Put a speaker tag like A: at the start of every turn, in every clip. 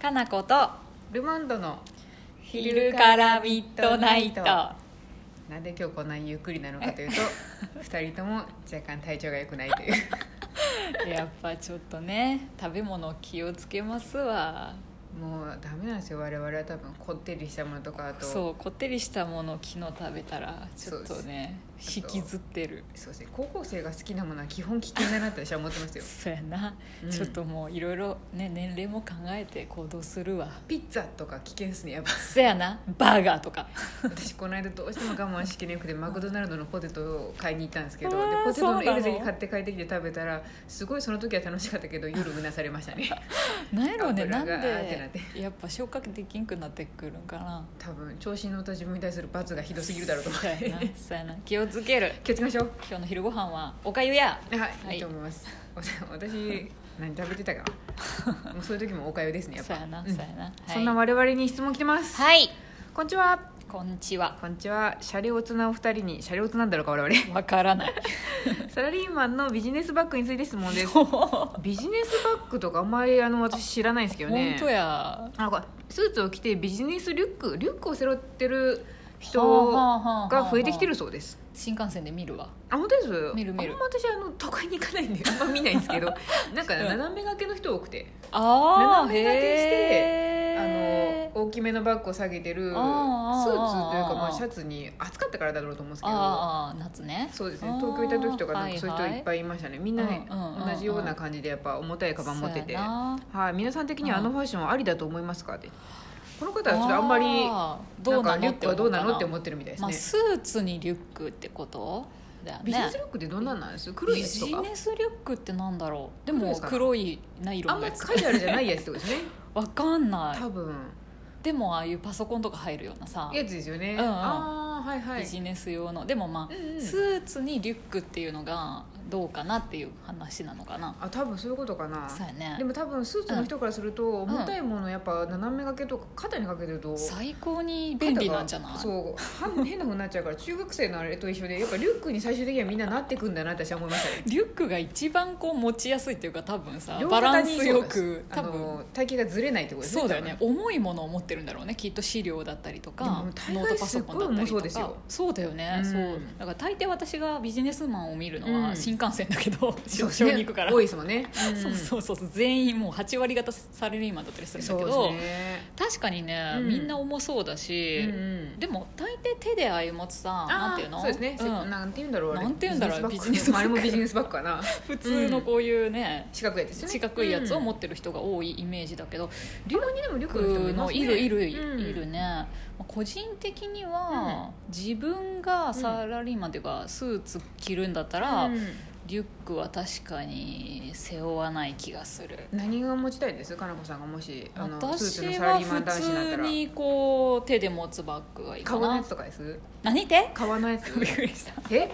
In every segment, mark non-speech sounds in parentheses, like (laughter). A: かなこと
B: ルマンドの
A: 昼からミッドナイト
B: なんで今日こんなにゆっくりなのかというと二人とも若干体調が良くない
A: (laughs)
B: という
A: やっぱちょっとね食べ物気をつけますわ
B: もうダメなんですよ我々は多分こってりしたものとかあと
A: そうこってりしたもの昨日食べたらちょっとね
B: そうです
A: 引きずってる
B: そうですね高校生が好きなものは基本危険だなって私は思ってますよ
A: そうやな、
B: うん
A: ちょっともういろいろね年齢も考えて行動するわ
B: ピッツァとか危険っすねや
A: (laughs)
B: っぱ
A: そやなバーガーとか
B: 私この間どうしても我慢しきれなくてマクドナルドのポテトを買いに行ったんですけどで
A: あー
B: ポテト
A: そ
B: の
A: うなの
B: L で買って帰ってきて食べたらすごいその時は楽しかったけど夜うなされましたね
A: なんやろうねな
B: 油
A: ん
B: がーってなっ
A: でやっぱ消化できんくなってくるんかな
B: 多分調子に乗った自分に対する罰がひどすぎるだろうと思っ
A: そうや
B: て
A: なそうやな気をつける
B: 気をつけましょう
A: 今日の昼ご飯はおかゆや
B: はい、
A: はい
B: いいと思います。 (laughs) お私、何食べてたかな。
A: (laughs)
B: もうそういう時もおかゆですね、やっ
A: そう
B: ぱ。
A: やな、
B: ん
A: そうやな、はい、
B: そんな我々に質問来てます。
A: はい
B: こんにちは。
A: こんにちは
B: こんにちは。シャレオツなお二人に、シャレオツなんだろうか、我
A: (laughs)
B: 々。
A: わからない
B: サラリーマンのビジネスバッグについて質問
A: (laughs)
B: です。
A: 本
B: ビジネスバッグとか、あんまり、あの、私知らないんですけどね。
A: 当や
B: あ、これ、スーツを着て、ビジネスリュック、リュックを背負ってる人。
A: 人
B: が増えてきてるそうです。
A: 新幹線で見るわ
B: あ本当です
A: 見る見る
B: あんま私あの都会に行かないんであんま見ないんですけど
A: (laughs)
B: なんか
A: うん
B: 斜め掛けの人多くて
A: あ
B: ー
A: へ
B: あの
A: え
B: 大きめのバッグを下げてるスーツというか
A: あー
B: ま
A: あ
B: あ
A: ー
B: シャツに暑かったからだろうと思うんですけど
A: ああ夏ね
B: そうですね東京行った時とかなんかそういう人いっ
A: い
B: ぱいいましたねみんなね
A: うんうんうんうん
B: 同じような感じでやっぱ重たいカバン持っててはい皆さん的にはあのファッションはありだと思いますかってこの方はちょっとあんまりなんかリュックはどうなのって思
A: っ
B: ってるみたい
A: て
B: で
A: ますあ
B: ね
A: スーツにリュックってことだよね
B: ビジネスリュックってどんなんなんです黒いやつと
A: ビジ
B: か
A: ネスリュックってなんだろうで
B: 黒い
A: も
B: ですか
A: 黒いナイロ
B: あ
A: ン
B: ん
A: の
B: ま
A: や
B: り
A: つ
B: カジュアルじゃないやつってことです
A: (laughs)
B: ね
A: わかんない
B: 多分
A: でもああいうパソコンとか入るようなさ、
B: やつですよね
A: うんうん
B: ああはいは
A: ビ
B: い
A: ジネス用のでもまあ、
B: うんうん
A: スーツにリュックっていうのがどうかなっていう話なのかな、
B: あ多分そういうことかな
A: そうやね
B: でも多分スーツの人からすると、
A: ん
B: 重たいものやっぱ斜め掛けとか肩にかけてると
A: 最高に便利なんじゃない
B: 肩がそうは変なふうになっちゃうから中学生のあれと一緒でやっぱリュックに最終的にはみんななってくんだなって私は思いましたね
A: リュックが一番こう持ちやすいっていうか多分さ
B: 両
A: バラ
B: 肩
A: ン
B: に
A: スよく
B: そうです
A: 多
B: あ
A: 分
B: の体型がずれないってことですね
A: そうだよね重いものを持ってるんだろうねきっと資料だったりと
B: で
A: か
B: も大概
A: ノートパソコンだったり
B: すっごい重そう
A: と
B: です
A: か
B: よ
A: そうだよね、
B: うん
A: そうだから大抵私がビジネスマンを見るの
B: う
A: は
B: ん
A: 新幹線だけど、
B: 多
A: 出 (laughs)
B: 分
A: 張に行くから
B: 多いですもんね、ん
A: (laughs) そうそうそうそう全員もう8割方サラリーマンだったりするんだ
B: そ
A: け
B: う
A: ど、
B: ですね
A: 確かにね、
B: うん
A: みんな重そうだし、
B: うんうん
A: でも大抵手でああいう持つさなん
B: あー
A: ていうの
B: そうですね、せ
A: ん
B: なんていうんだろうあれ
A: なんていうんだろう
B: ビジネスバッグあれもビジネスバッグかな
A: 普通のこういうね、
B: 四角いやつですよね
A: 四角いやつを持
B: っ
A: ってる人が多いイメージだけど、
B: 両にでもリュックの人もいますね
A: いるいるい
B: うん
A: るね、まあ個人的には、自分がサラリーマンっていうかスーツ着るんだったら、
B: うん
A: リュックは確かに背負わない気がする
B: 何が持ちたいですかなこさんがもしあのスーツの
A: 私
B: サラ
A: は
B: リーマ
A: 普
B: ン男子になった
A: 通
B: ら
A: にこう手で持つバッグがいいか
B: 革のや
A: な
B: つとかです
A: 何手
B: 革のやつ
A: びっくりした (laughs)
B: え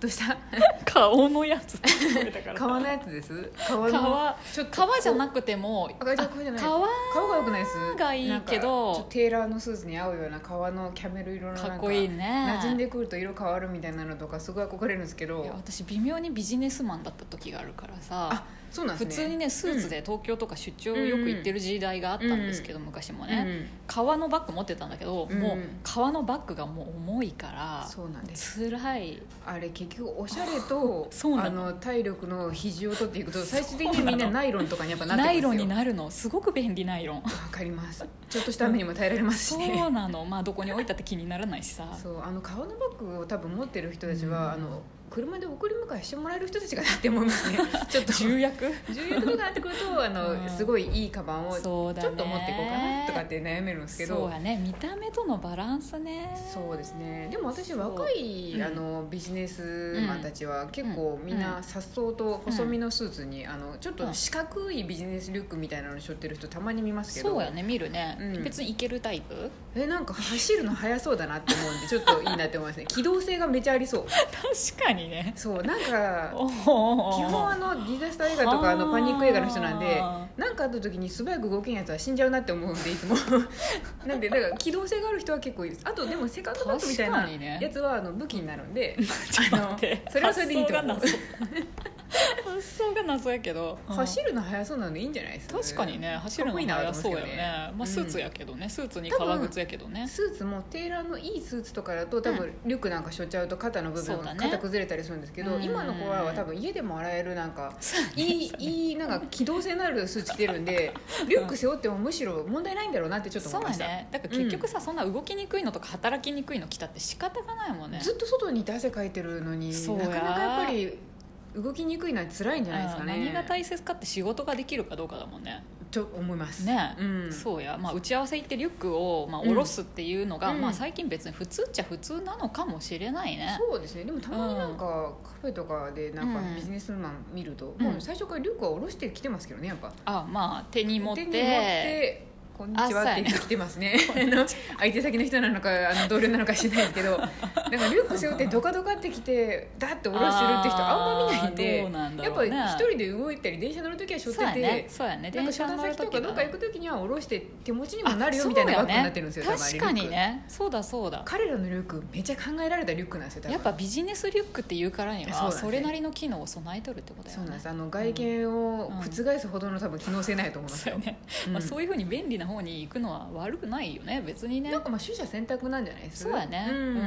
B: どうした
A: 顔のやつって聞こえたから
B: 革のやつです革の
A: 革
B: ちょっと
A: 革じゃなくても
B: あ革じゃ革じゃない
A: 革
B: 革が良くないです
A: 革がいいけど
B: なんかちょっとテーラーのスーツに合うような革のキャメル色のなんか
A: かっこいいね
B: 馴染んでくると色変わるみたいなのとかすごい憧れるんですけ
A: いや
B: ど
A: 私微妙にビジネスマンだった時があるからさ
B: あそうなんです
A: 普通
B: ね
A: にねスーツで東京とか出張よく行ってる時代があったんですけど、昔もね、革のバッグ持ってたんだけど、
B: うん
A: もう革のバッグがもう重いか
B: うん
A: ら
B: そうなんです
A: 辛い
B: あれ結局おしゃれと
A: そうな
B: あ
A: の
B: の体力の比重を取っていくと最終
A: そ
B: 的
A: う
B: に
A: な
B: み
A: の
B: んなナイロンとかにやっぱなってく
A: ナ
B: る
A: イ
B: んですよ
A: ロンになるのすごく便利ナイ
B: (laughs)
A: ロン
B: わかりますちょっとした雨にも耐えられますし
A: そ
B: ね
A: うなのまあどこに置いたって気にならない
B: (laughs)
A: しさ
B: そうあの革のバッグを多分持ってる人たちは、
A: うん
B: あの車で送り迎えしてもらえる人たちがなって思い
A: (laughs)
B: ますねちょっと
A: 重役
B: 重要なことになってくるとあの、
A: うん
B: すごいいいカバンをちょっ
A: そうだね
B: と持っていこうかなとかって悩めるんですけ
A: そ
B: ど
A: うやね見た目とのバランスね
B: そうですねでも私
A: そう
B: 若い、
A: うん
B: あのビジネスマンたちは結構みん
A: う
B: なん颯爽と細身のスーツに、あのちょっと四角いビジネスリュックみたいなのを背負ってる人たまに見ますけど
A: そうやね見るね、
B: うん
A: 別にいけるタイ
B: (laughs)
A: プ
B: えなんか走るの速そうだなって思うん (laughs) でちょっといいなって思いますね機動性がめちゃありそう
A: 確かにね
B: そうなんか
A: おー
B: 基本あのディザスター映画とかあのパニック映画の人なんで
A: あ
B: なんかあった時に素早く動けんやつは死んじゃうなって思うんでい (laughs) つもなんでだから機動性がある人は結構いいですあとでもセカンドバッグみたい
A: 確
B: な
A: かにね
B: (laughs) やつはあの武器になるんで、
A: (laughs) ちょっと待って
B: あのそれはそれでいいと思う
A: 発想が発想が謎やけど
B: (laughs) 走るの速そうなのいいんじゃないですか、
A: 確かにね走るの速そうやねまあ、スーツやけどね、スーツに革靴やけどね
B: スーツもテーラーのいいスーツとかだと多分、リュックなんかしょっちゃうと肩の部分が肩崩れたりするんですけど、今の子らは多分家でも洗えるなんか、いいいいなんか機動性のあるスーツ着てるん
A: (laughs)
B: でリュック背負ってもむしろ問題ないんだろうなってちょっと思いました
A: そうねだから結局さ、そんな動きにくいのとか働きにくいの着たって仕方がないもんね
B: ずっと外にいて汗かいてるのになかなかやっぱり動きにくいのは辛いんじゃないですかね、
A: 何が大切かって仕事ができるかどうかだもんね
B: と思います
A: ね、うん、そうや、まあ、打ち合わせ行ってリュックを、まあ、下ろすっていうのが、うん、まあ、最近別に普通っちゃ普通なのかもしれないね
B: そうですねでもたまになんか、カフェとかでなんかビジネスマン見ると、うん、もう最初からリュックは下ろしてきてますけどねやっぱ
A: あまあ手に持って
B: 手に持ってこんにちはって来てます (laughs) ね相手先の人なのかあの同僚なのか知らないです (laughs) けどなんかリュック背負ってドカドカって来てだって下ろしてるって人あんま見ないんで、ね、やっぱ一人で動いたり電車乗る時は背負ってて
A: そうやね
B: 電車乗る時とかどっか行く時には下ろして手持ちにもなるよみたいなバッグになってるんですよ
A: よ、ね、確かにねそうだそうだ
B: 彼らのリュックめちゃ考えられたリュックなんですよ
A: やっぱビジネスリュックっていうからにはそれなりの機能を備えとるってことだよね
B: そうなんですあの外見を覆すほどの多分機能性ないと思いますよ、
A: ねまあ、そういうふうに便利な方に行くのは悪くないよね別にね
B: なんかまあ取捨選択なんじゃないです
A: かそうやねうん、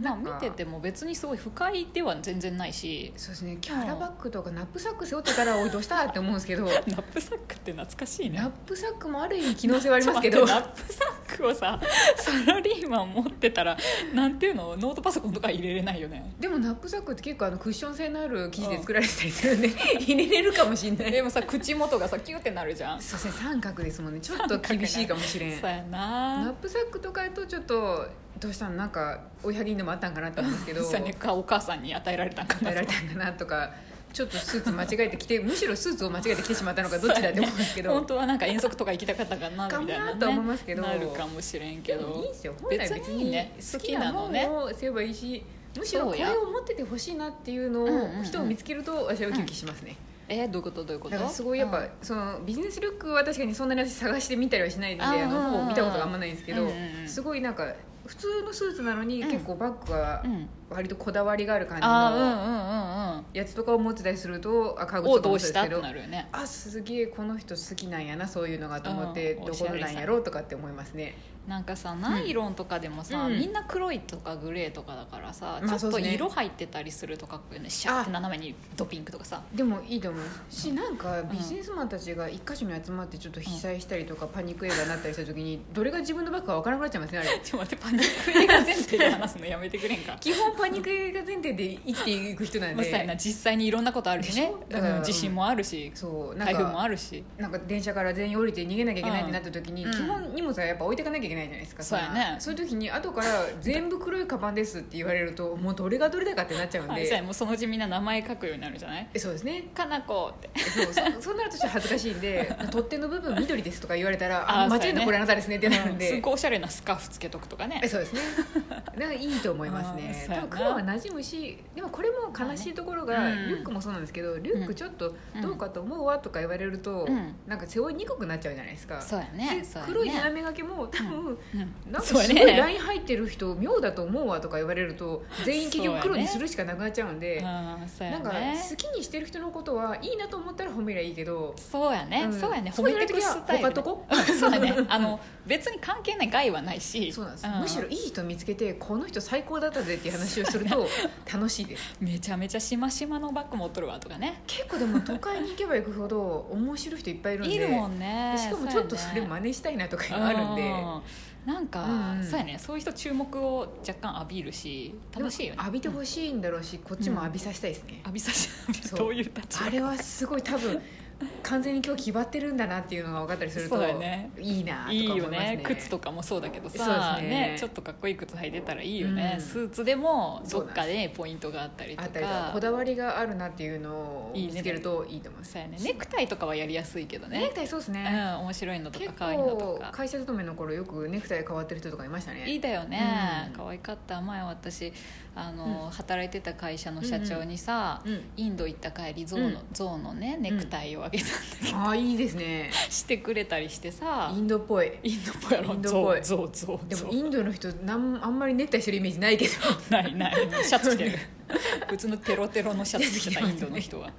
A: まあ見てても別にすごい不快では全然ないし
B: そうですねキャラバッグとかナップサック背負ってたらおいどうしたって思うんで
A: (laughs)
B: すけどナ
A: ップサックって懐かしいね
B: ナップサックもある意味機能性はありますけど
A: ナップサックをさサラリーマン持ってたらなんていうのノートパソコンとか入れれないよね
B: でもナップサックって結構あのクッション性のある生地で作られてたりするんで、うん、入れれるかもしれない
A: でもさ口元がさキュってなるじゃん
B: そうですね三角ですもんねちょっと厳しいかもしれん
A: そうやな
B: ナップサックとかとちょっとどうしたのなんかおやりでもあったんかなと思うんですけど
A: そう、ね、お母さんに与えられたんかな
B: 与えられたんかなとかちょっとスーツ間違えてきてむしろスーツを間違えてきてしまったのかどっちだって思うんですけど、
A: ね、本当はなんか遠足とか行きたかったかなみたいな、
B: ね、と思いますけど
A: なるかもしれんけど
B: いいですよ本来別にね好きなのねすればいいしむしろこれを持っててほしいなっていうのを人を見つけると私はウキウキしますね、うん
A: えー、どういうことどういうこと
B: だからすごいやっぱ、そのビジネスルックは確かにそんなに私探して見たりはしないのであのほ見たことがあんまないんですけど、すごいなんか普通のスーツなのに結構バッグは割とこだわりがある感じのやつとかを持ってたりするとあかごとかですけどあすげえこの人好きなんやなそういうのがと思って、どこのなんやろうとかって思いますね。
A: なんかさナイロンとかでもさ、みんな黒いとかグレーとかだからさ、ちょっと色入ってたりするとかっこいいねシャーって斜めにドピンクとかさ
B: でもいいと思うしなんかビジネスマンたちが一箇所に集まってちょっと被災したりとか、パニック映画になったりした時にどれが自分のバッグか分からなくなっちゃいますねあれ
A: ちょっと待ってパニック映画前提で話すのやめてくれんか
B: 基本パニック映画前提で生きていく人 (laughs) なんで、
A: まあ、実際にいろんなことあるしねだから地震もあるし、
B: そう
A: 台風もあるし
B: なんか電車から全員降りて逃げなきゃいけないってなった時に、基本荷物はやっぱ置いていかなきゃいけないないじゃないですか
A: そうやね、
B: そういう時に後から「全部黒いカバンです」って言われるともうどれがどれだかってなっちゃうんで、はい
A: もうそのうちみんな名前書くようになるじゃない
B: そうですね
A: 「かなこ」って
B: そうそうなるとちょっと恥ずかしいん (laughs) で「取っ手の部分緑です」とか言われたら「ああ間違えたこれあなたですね」ってなるんで、
A: すごいおしゃれなスカーフつけとくとかね
B: そうですねだからいいと思います
A: (laughs)
B: ね多分黒は馴染むしでもこれも悲しいところが、リュックもそうなんですけどリュックちょっとどうかと思うわとか言われると、なんか背負いにくくなっちゃうじゃないですか
A: そうやね
B: 黒い斜めがけも多分、なんかすごい LINE 入ってる人妙だと思うわとか言われ
A: (laughs)
B: ると全員結局黒にするしかなくなっちゃうんで、なんか好きにしてる人のことはいいなと思ったら褒めりゃいいけど
A: そうやね、そうやね褒めてくスタイル、ね、
B: とこ
A: (laughs) そうや
B: (laughs)
A: ねあの別に関係ない害はないし
B: そうなんです、むしろいい人見つけてこの人最高だったぜっていう話をする (laughs) と楽しいです、
A: めちゃめちゃしましまのバッグ持っとるわとかね
B: 結構でも都会に行けば行くほど面白い人いっぱいいるんで
A: いるもんね
B: しかもちょっとそれ真似したいなとかあるんで、
A: なんか、うん、そうやねそういう人注目を若干浴びるし楽しいよね
B: 浴びてほしいんだろうし、うん、こっちも浴びさせたいですね、
A: 浴びさせどういう立
B: 場あれはすごい多分完全に今日決まってるんだなっていうのが分かったりすると、ね、いいなとか思いますね
A: いいよね靴とかもそうだけどさ、ね、ね、ちょっとかっこいい靴履いてたらいいよね、うん、スーツでもどっかでポイントがあったりとか、
B: こだわりがあるなっていうのを見つけるといいと思います
A: ね、ネクタイとかはやりやすいけどね
B: ネクタイそうですね、
A: うん、面白いのとか可愛いのとか
B: 会社勤めの頃よくネクタイ変わってる人とかいましたね
A: いいだよね、うん、可愛かった前私あの、うん、働いてた会社の社長にさ、インド行った帰り象の,、象のねネクタイをあげたんだ (laughs) けど、
B: あいいですね
A: してくれたりしてさ
B: インドっぽい
A: インドっぽいやろインドっぽいゾウゾウ (laughs)
B: でもインドの人なんあんまりネクタイしてるイメージないけど
A: ないないシャツ着てる普通のテロテロのシャツ着てたインドの人は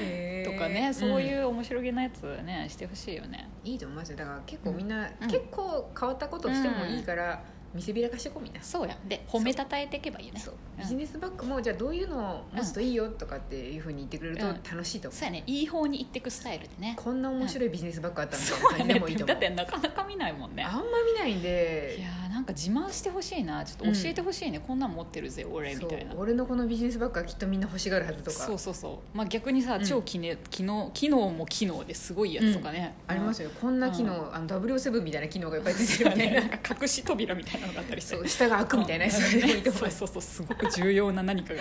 B: へ
A: と
B: ー
A: かねそう
B: うん
A: いう面白げなやつねしてほしいよね
B: いいと思いますよだから結構みんな、
A: うん
B: 結構変わったことしてもいいから、見せびらかしてこうみんな、
A: そうやで褒めたたえていけばいいよね
B: そう
A: うん
B: ビジネスバッグもじゃあどういうのを持つといいよとかっていうふうに言ってくれると
A: うん
B: 楽しいと思う
A: そうやねいい方に行ってくスタイルでね
B: こんな面白いビジネスバッグあったみたいな
A: そう
B: 感
A: や
B: じ
A: ね
B: でもいいと思
A: だ
B: う
A: ってなかなか見ないもんね
B: あんま見ないんで
A: いやーなんか自慢してほしいなちょっと教えてほしいね、こんなん持ってるぜ俺
B: そ
A: み
B: う
A: たいな
B: 俺のこのビジネスバッグはきっとみんな欲しがるはずとか
A: そうそうそうまあ逆にさ
B: うん
A: 超機,、ね機能機能も機能ですごいやつとかね、
B: ありますすよこんな機能、あの007みたいな機能がいっぱい出てるみたい
A: (laughs) ね、
B: な
A: なんか隠し扉みたいなのがあったりして
B: (laughs) そう下が開くみたいなやつがいいと思
A: そう
B: います
A: そうそうすごく重要な何か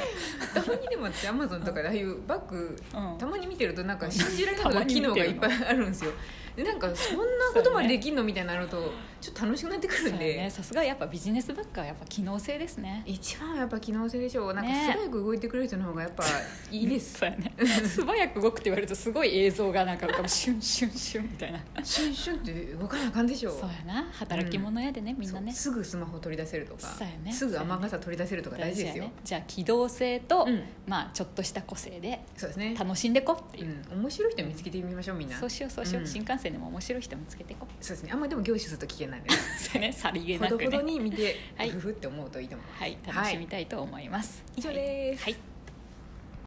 B: たまにでも私アマゾンとかでああいうバッグ
A: が、うん
B: たまに見てるとなんか信じられないほど機能がいっぱいあるんですよでなんかそんなことまでできんのみたいになるとちょっと楽しくなってく
A: そう
B: る
A: や
B: んで、
A: ねさすがやっぱビジネスバッグはやっぱ機能性ですね
B: 一番はやっぱ機能性でしょうなんか
A: ね
B: 素早く動いてくれる人の方がやっぱいいです
A: そうや
B: (laughs)
A: ね素早く動くって言われるとすごい映像がなんか浮かぶシュンシュンシュンみたいな
B: シュンシュンって動かなあかんでしょ
A: そうやな働き者やでね、みんなね
B: そうすぐスマホ取り出せるとか
A: そうやね
B: すぐ雨傘取り出せるとか大事ですよ、
A: やねじゃあ機動性と、
B: うん
A: まあちょっとした個性で
B: そうですね、
A: 楽しんでこっていうう、
B: ん、面白い人見つけてみましょうみんな
A: そうしようそうしよう、
B: うん
A: 新幹線でも面白い人見つけていこ
B: そうですねあんまりでも凝視すると危
A: (laughs)
B: 険なんで
A: うそうねさりげ
B: ほ
A: なく
B: ど
A: ね
B: ほどに見て
A: はい
B: ふふって思うといいと思う
A: はい楽しみたいと思います、
B: 以上です
A: はい